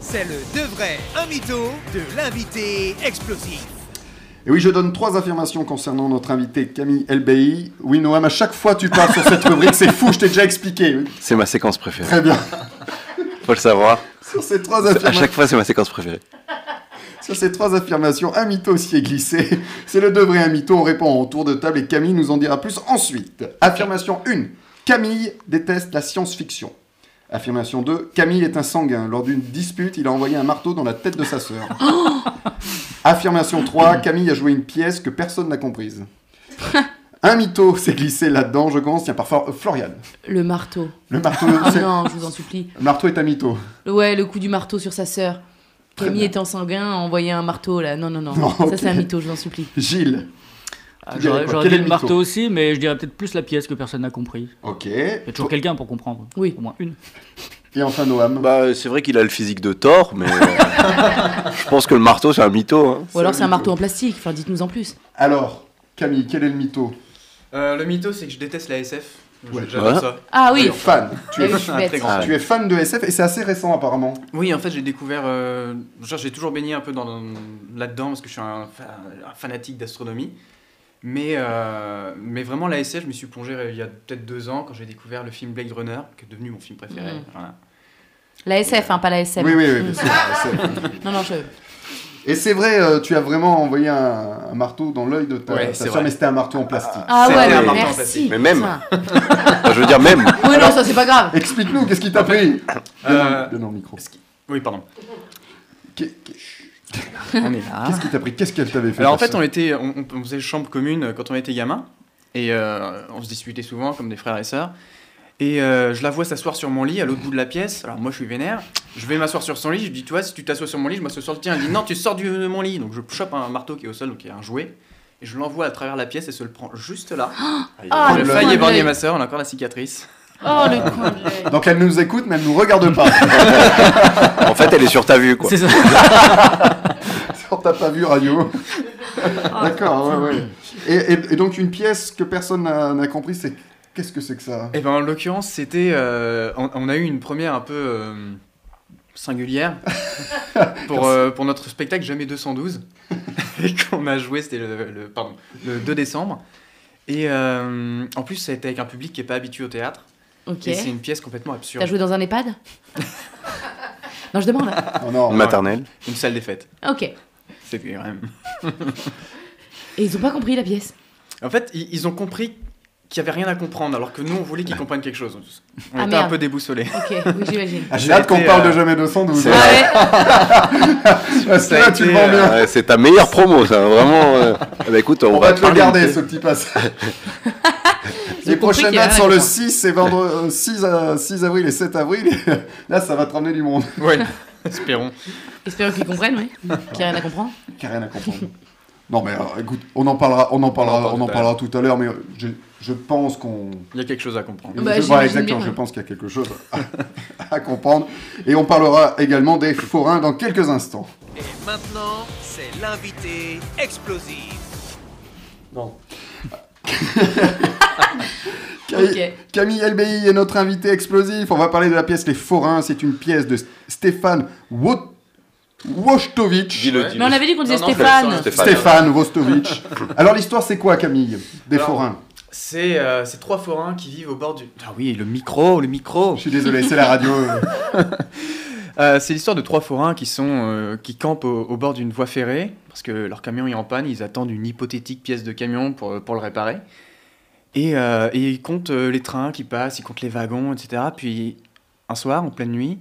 c'est le de vrai un mytho de l'invité explosif. Et oui, je donne trois affirmations concernant notre invité Camille Elbey. Oui, Noam, à chaque fois tu pars sur cette rubrique, c'est fou, je t'ai déjà expliqué. C'est ma séquence préférée. Très bien. Faut le savoir. Sur ces trois À affirmations, chaque fois, c'est ma séquence préférée. sur ces trois affirmations un mytho s'y est glissé. C'est le de vrai un mytho, on répond en tour de table et Camille nous en dira plus ensuite. Affirmation 1. Camille déteste la science-fiction. Affirmation 2. Camille est un sanguin. Lors d'une dispute, il a envoyé un marteau dans la tête de sa sœur. Affirmation 3. Camille a joué une pièce que personne n'a comprise. Un mytho s'est glissé là-dedans, je commence. Tiens, par Flor- Florian. Le marteau. Le marteau, Ah c'est- non, je vous en supplie. le marteau est un mytho. Le- Ouais, le coup du marteau sur sa sœur. Très Camille bien. étant sanguin, a envoyé un marteau là. Non, non, non. Non, ça, ok. c'est un mytho, je vous en supplie. Gilles. Ah, Tu dirais J'aurais quoi j'aurais Quel dit est le le mytho marteau aussi, mais je dirais peut-être plus la pièce que personne n'a compris. Ok. Il y a toujours quelqu'un pour comprendre. Oui. Au moins une. Et enfin Noam. Bah, c'est vrai qu'il a le physique de Thor, mais euh, je pense que le marteau, c'est un mytho. hein. Ou alors c'est un mytho. marteau en plastique. Enfin, dites-nous en plus. Alors, Camille, quel est le mytho Euh, le mytho, c'est que je déteste la SF. Je- Ouais. J'adore Ouais. ça. Ah Tu oui. es fan. Tu es, Ah oui, je suis un bête. très grand Ah tu es fan de SF et c'est assez récent apparemment. Oui, en fait, j'ai découvert. euh, genre, j'ai toujours baigné un peu dans, là-dedans parce que je suis un, fa- un fanatique d'astronomie. Mais, euh, mais vraiment, la SF, je me suis plongé euh, il y a peut-être deux ans quand j'ai découvert le film Blade Runner, qui est devenu mon film préféré. Mhm. Voilà. La SF, hein, pas la SM. Oui, oui, oui. Mm. bien sûr, SF. Non, non, je. Et c'est vrai, euh, tu as vraiment envoyé un, un marteau dans l'œil de ta, Ouais, ta c'est sœur, vrai. mais c'était un marteau en plastique. Ah C'était ouais, un mais marteau en merci. plastique. Mais même. putain. Enfin, je veux dire, même. Oui, non, ça c'est pas grave. Explique-nous, qu'est-ce qui t'a pris Euh, Bien dans le micro. ce qui- Oui, pardon. Qu'est- Qu'est-ce Ah. On est là. qui t'a pris Qu'est-ce qu'elle t'avait fait Alors en ta fait, on, était, on, on- on faisait chambre commune euh, quand on était gamin. Et euh, on se disputait souvent comme des frères et sœurs. Et euh, je la vois s'asseoir sur mon lit à l'autre bout de la pièce. Alors moi, je suis vénère. Je vais m'asseoir sur son lit. Je dis, toi, si tu t'assois sur mon lit, je m'assois sur le tien. Elle dit, non, tu sors du- de mon lit. Donc je chope un marteau qui est au sol, donc qui est un jouet. Et je l'envoie à travers la pièce et se le prend juste là. Ah, J'ai le failli coin de éborgner l'œil. ma sœur, on a encore la cicatrice. Oh, le coin de l'œil. sœur Donc elle nous écoute, mais elle nous regarde pas. En fait, elle est sur ta vue, quoi. C'est ça. Sur ta pas vu radio. Oh. D'accord, ouais, ouais. Et, et- et donc une pièce que personne n'a n'a compris, c'est qu'est-ce que c'est que ça Et ben en l'occurrence, c'était. euh, on, on a eu une première un peu euh, singulière pour, euh, pour notre spectacle Jamais 212. et qu'on a joué, c'était le, le- pardon, le 2 décembre. Et euh, en plus, ça a été avec un public qui n'est pas habitué au théâtre. Ok. Et c'est une pièce complètement absurde. T'as joué dans un EHPAD Non, je demande. hein. Oh non. Maternelle. Une salle des fêtes. Ok. Et C'était quand même. ils ont pas compris la pièce. En fait, ils, ils ont compris qu'il n'y avait rien à comprendre, alors que nous, on voulait qu'ils comprennent quelque chose. On Ah, était un merde. peu déboussolés. Ok, oui, j'imagine. Ah, J'ai Ça a hâte qu'on été, parle euh, de jamais 212. c'est- hein. Ah ouais. Parce que Ça a là, tu le été, euh, vends bien. Ouais, c'est ta meilleure promo, ça. Vraiment. euh. Ah bah, écoute, on, On va te le parler garder, de- ce petit passage. Ils ont Les compris prochaines qu'il y a dates sont rien, le quoi. 6 et vendre- euh, 6, à- 6 avril et 7 avril. Là, ça va te ramener du monde. Ouais, espérons. Espérons qu'ils comprennent, oui. Qu'il n'y a rien à comprendre. Qui a rien à comprendre. Non, mais euh, écoute, on en parlera, on en parlera, on en parlera tout à l'heure, mais euh, je, je pense qu'on. Il y a quelque chose à comprendre. je- Bah, ouais, j'imagine exactement, bien, je ouais. pense qu'il y a quelque chose à, à comprendre. Et on parlera également des forains dans quelques instants. Et maintenant, c'est l'invité explosif. Camille- Ok. Camille Elbey est notre invité explosif. On va parler de la pièce Les Forains. C'est une pièce de Stéphane Wo- Wojtowicz. Dis-le, Ouais. dis-le. Mais on avait dit qu'on disait Non, non, Stéphane. je Stéphane. Stéphane Vostovitch. Alors l'histoire c'est quoi Camille Des Alors- forains. C'est euh, ces trois forains qui vivent au bord du. Ah oui, le micro, le micro. Euh, Je suis désolé, c'est la radio. euh. c'est l'histoire de trois forains qui sont euh, qui campent au, au bord d'une voie ferrée parce que leur camion est en panne. Ils attendent une hypothétique pièce de camion pour, pour le réparer. Et, euh, et ils comptent euh, les trains qui passent, ils comptent les wagons, etc. Puis un soir en pleine nuit,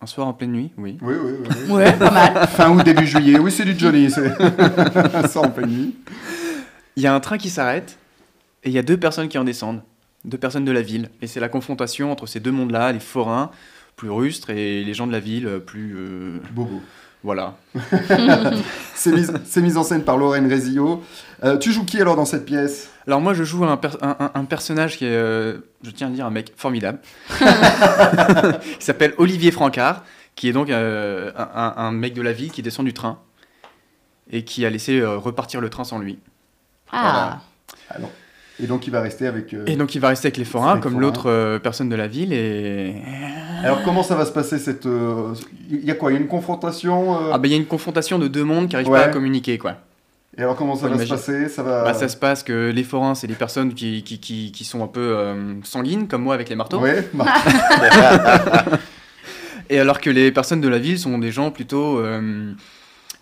un soir en pleine nuit, oui. Oui, oui, oui, oui. Ouais, pas mal. Fin août, début juillet. Oui, c'est du Johnny. c'est- Ça en pleine nuit. Il y a un train qui s'arrête et il y a deux personnes qui en descendent, deux personnes de la ville. Et c'est la confrontation entre ces deux mondes-là, les forains plus rustres et les gens de la ville euh, plus euh, Bobo. Voilà. C'est mis, c'est mis en scène par Lorraine Rézillo. Euh, tu joues qui alors dans cette pièce Alors moi, je joue un, per- un- un- un personnage qui est, euh, je tiens à le dire, un mec formidable, qui s'appelle Olivier Francard, qui est donc euh, un, un- un mec de la ville qui descend du train et qui a laissé euh, repartir le train sans lui. Ah. Alors, Et donc il va rester avec. euh, Et donc il va rester avec les forains, Avec comme forains. l'autre euh, personne de la ville. Et Alors comment ça va se passer cette. euh, Il y a quoi Il y a une confrontation euh, ah bah il y a une confrontation de deux mondes qui n'arrivent Ouais. Euh. pas à communiquer quoi. Et alors comment ça faut va se imaginer. passer Ça va. Bah, ça se passe que les forains c'est des personnes qui, qui, qui, qui sont un peu euh, sanguines comme moi avec les marteaux. Ouais, bah, Et alors que les personnes de la ville sont des gens plutôt euh,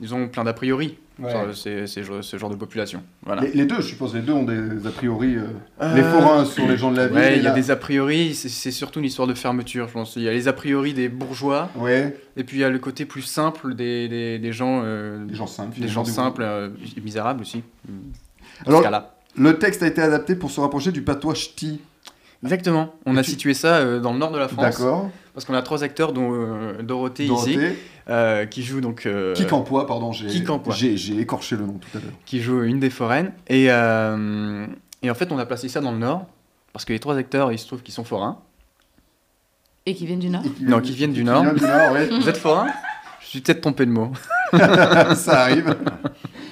disons plein d'a priori. ouais. Enfin, c'est c'est ce ce genre de population. Voilà. Les, les deux, je suppose, les deux ont des a priori. euh, Les forains sur les gens de la ville. Ouais, et il y a là- des a priori, c'est- c'est surtout une histoire de fermeture, je pense. Il y a les a priori des bourgeois, Ouais, et puis il y a le côté plus simple des, des, des gens, euh, des gens simples. des gens du- simples, euh, et misérables aussi. Dans Alors, ce cas-là. le texte a été adapté pour se rapprocher du patois ch'ti. Exactement. On a tu- situé ça euh, dans le nord de la France, D'accord. parce qu'on a trois acteurs, dont euh, Dorothée, ici, Dorothée. euh, qui joue donc euh, Quincampoix, pardon, j'ai Quincampoix. j'ai- j'ai écorché le nom tout à l'heure. qui joue une des foraines, et euh, et en fait on a placé ça dans le nord parce que les trois acteurs, il se trouve qu'ils sont forains. Et qui viennent du Nord Et qui- Non, qui viennent du qui Nord. viennent du Nord, ouais. Vous êtes forain Je suis peut-être trompé de mot. ça arrive.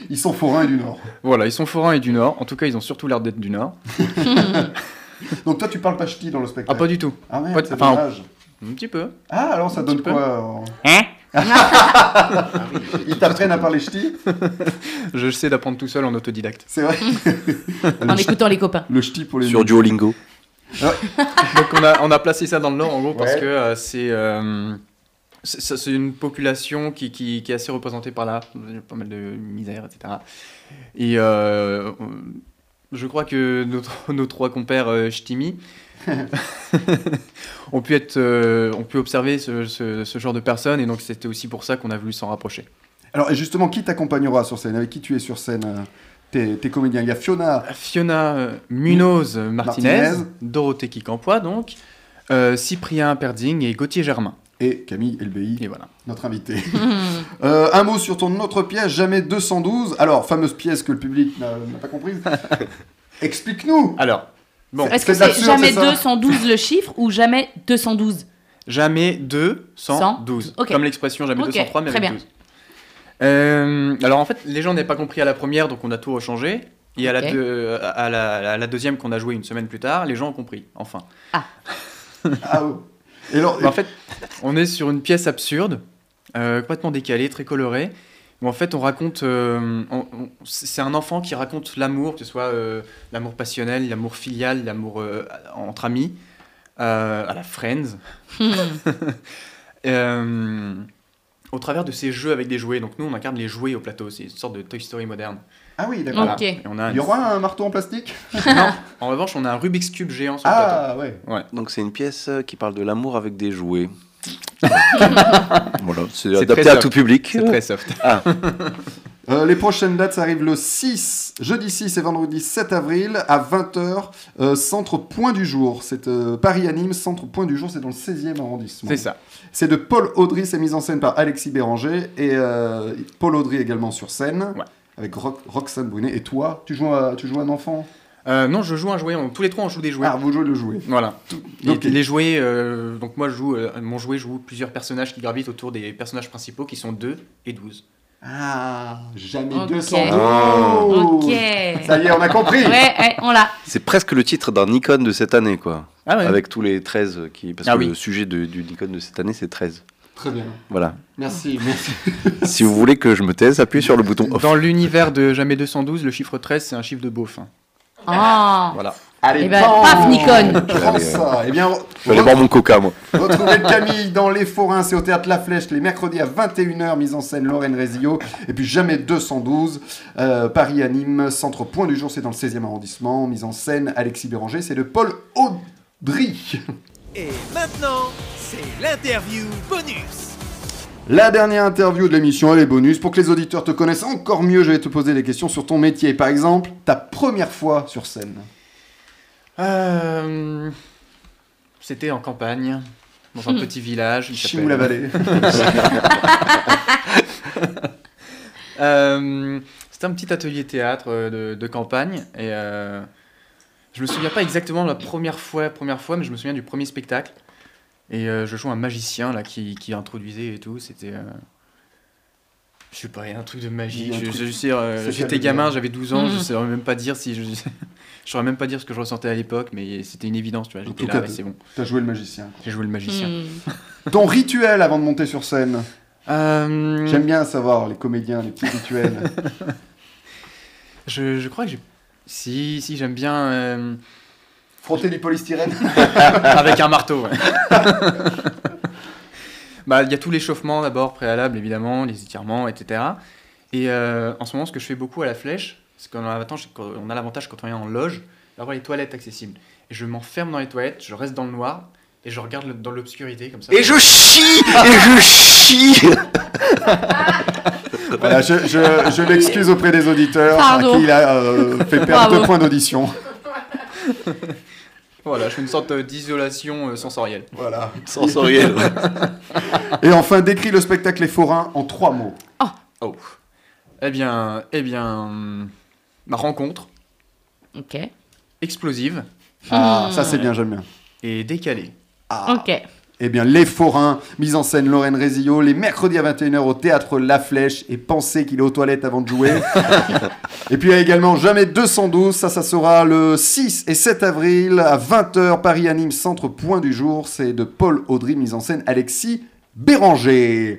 Ils sont forains et du Nord. Voilà, ils sont forains et du Nord. En tout cas, ils ont surtout l'air d'être du Nord. Donc toi, tu parles pas ch'ti dans le Ah, spectacle. pas du tout. Ah merde, pas- c'est enfin, dommage. Un petit peu. Ah, alors ça un donne petit peu. quoi euh, Hein Ils t'apprennent à parler ch'ti Je sais d'apprendre tout seul en autodidacte. C'est vrai En écoutant les copains. Le ch'ti pour les Sur nuls. Duolingo. Donc, on a, on a placé ça dans le Nord, en gros, parce Ouais. que euh, c'est. euh, c'est- c'est c'est une population qui, qui- qui est assez représentée par là, Il y a pas mal de misère, etc. Et euh, on- je crois que nos, tro- nos trois compères euh, ch'timi ont, pu être, euh, ont pu observer ce, ce- ce genre de personnes, et donc c'était aussi pour ça qu'on a voulu s'en rapprocher. Alors et justement, qui t'accompagnera sur scène Avec qui tu es sur scène euh, Tes tes comédiens Il y a Fiona. Fiona euh, Munoz Martinez, Mm. Martinez. Dorothée Quincampoix donc, euh, Cyprien Perding et Gauthier Germain. Et Camille LBI, Et voilà. notre invitée. Hmm. Euh, un mot sur ton autre pièce, Jamais 212. Alors, fameuse pièce que le public n'a n'a pas comprise. Explique-nous Alors, bon, Est-ce C'est que de l'absurde, c'est jamais c'est ça 212 le chiffre ou jamais 212 jamais 2, 112. Ok. Comme l'expression jamais Ok, 203, mais très avec bien. 12. Euh, alors en fait, les gens n'avaient pas compris à la première, donc on a tout rechangé. Et à, la, Ok. deux- à, la, à la deuxième qu'on a jouée une semaine plus tard, les gens ont compris, enfin. Ah, oh. Et alors, Bah, en fait, on est sur une pièce absurde, euh, complètement décalée, très colorée. Où en fait, on raconte. euh, on- on- c'est un enfant qui raconte l'amour, que ce soit euh, l'amour passionnel, l'amour filial, l'amour euh, entre amis, euh, à la Friends. Euh, au travers de ces jeux avec des jouets. Donc, nous, on incarne les jouets au plateau. C'est une sorte de Toy Story moderne. ah oui, d'accord. Voilà. Ok. Et on a un- Il y aura un marteau en plastique Non, en revanche, on a un Rubik's Cube géant sur le plateau. Ah, ouais. Donc c'est une pièce euh, qui parle de l'amour avec des jouets. voilà, c'est très adapté à soft. tout public. C'est très soft. Euh, les prochaines dates, ça arrive le 6, jeudi 6 et vendredi 7 avril à 20h, euh, centre Point du Jour. C'est euh, Paris Anime, centre Point du Jour, c'est dans le 16e arrondissement. C'est ça. C'est de Paul Audry, c'est mis en scène par Alexis Béranger et euh, Paul Audry également sur scène. Ouais. Avec Rox- Roxane Brunet. Et toi, tu joues, à- tu joues un enfant Euh, non, je joue un jouet. on- tous les trois, on joue des jouets. Ah, vous jouez le jouet. Voilà. Et Ok. Les jouets, euh, donc moi je joue, euh, mon jouet joue plusieurs personnages qui gravitent autour des personnages principaux qui sont 2 et 12. Ah, jamais Ok. 212 Ok. Ça y est, on a compris Ouais, ouais, on l'a. C'est presque le titre d'un Nikon de cette année, quoi. Ah Avec tous les 13 qui. Parce Ah que oui. le sujet de- du Nikon de cette année, c'est 13. Très bien. Eh Voilà. Merci, merci. si vous voulez que je me taise, appuyez sur le bouton off. Dans l'univers de Jamais 212, le chiffre 13 c'est un chiffre de beauf. hein. Ah. Voilà. Allez, Eh ben, bon. paf, Nikon. Prends ça. Eh bien, re- Je vais aller boire mon coca, moi. retrouvez Camille dans Les Forains, c'est au Théâtre La Flèche, les mercredis à 21h, mise en scène Lorraine Rézillo, et puis Jamais 212, euh, Paris Anime, centre Point du Jour, c'est dans le 16e arrondissement, mise en scène Alexis Béranger, c'est de Paul Audry. Et maintenant, c'est l'interview bonus. La dernière interview de l'émission, elle est bonus. Pour que les auditeurs te connaissent encore mieux, je vais te poser des questions sur ton métier. Par exemple, ta première fois sur scène. Euh, C'était en campagne, dans un petit village. il s'appelle- Chimou la vallée. Euh, C'était un petit atelier théâtre euh, de, de campagne et euh, je me souviens pas exactement de la première fois, première fois, mais je me souviens du premier spectacle. Et euh, je joue un magicien là qui, qui introduisait et tout. C'était euh, Je sais pas, il y a un truc de magie. Il y a un Je, truc- je veux dire, euh, c'est j'étais terrible. gamin, j'avais 12 ans, je Mhm. saurais même pas dire si je. je saurais même pas dire ce que je ressentais à l'époque, mais c'était une évidence, tu vois. En J'étais tout là, cas, ouais, c'est bon. T'as joué le magicien. J'ai joué le magicien. Hmm. Ton rituel avant de monter sur scène. Euh, J'aime bien savoir les comédiens, les petits rituels. je, je crois que j'ai. Si, si, j'aime bien. euh, Frotter du polystyrène. Avec un marteau, ouais. bah, il y a tout l'échauffement d'abord, préalable évidemment, les étirements, etc. Et euh, en ce moment, ce que je fais beaucoup à la flèche, c'est qu'on a l'avantage quand on a l'avantage quand on est en loge d'avoir les toilettes accessibles. Et je m'enferme dans les toilettes, je reste dans le noir et je regarde le- dans l'obscurité comme ça. Et je chie Et je chie Voilà, je, je- je m'excuse auprès des auditeurs Pardon. à qui il a euh, fait perdre Bravo. deux points d'audition. Voilà, je fais une sorte euh, d'isolation euh, sensorielle. Voilà. Sensoriel. ouais. Et enfin, décris le spectacle Les Forains en trois mots. Oh. Eh bien, eh bien, hum, ma rencontre Ok. explosive Ah, ça c'est bien, j'aime bien. et décalée. Ok. Eh bien, Les Forains, mise en scène Lorraine Rézillo, les mercredis à 21h au théâtre La Flèche, et pensez qu'il est aux toilettes avant de jouer. et puis il y a également Jamais 212, ça, ça sera le 6 et 7 avril à 20h, Paris Anime Centre Point du Jour, c'est de Paul Audry, mise en scène Alexis Béranger.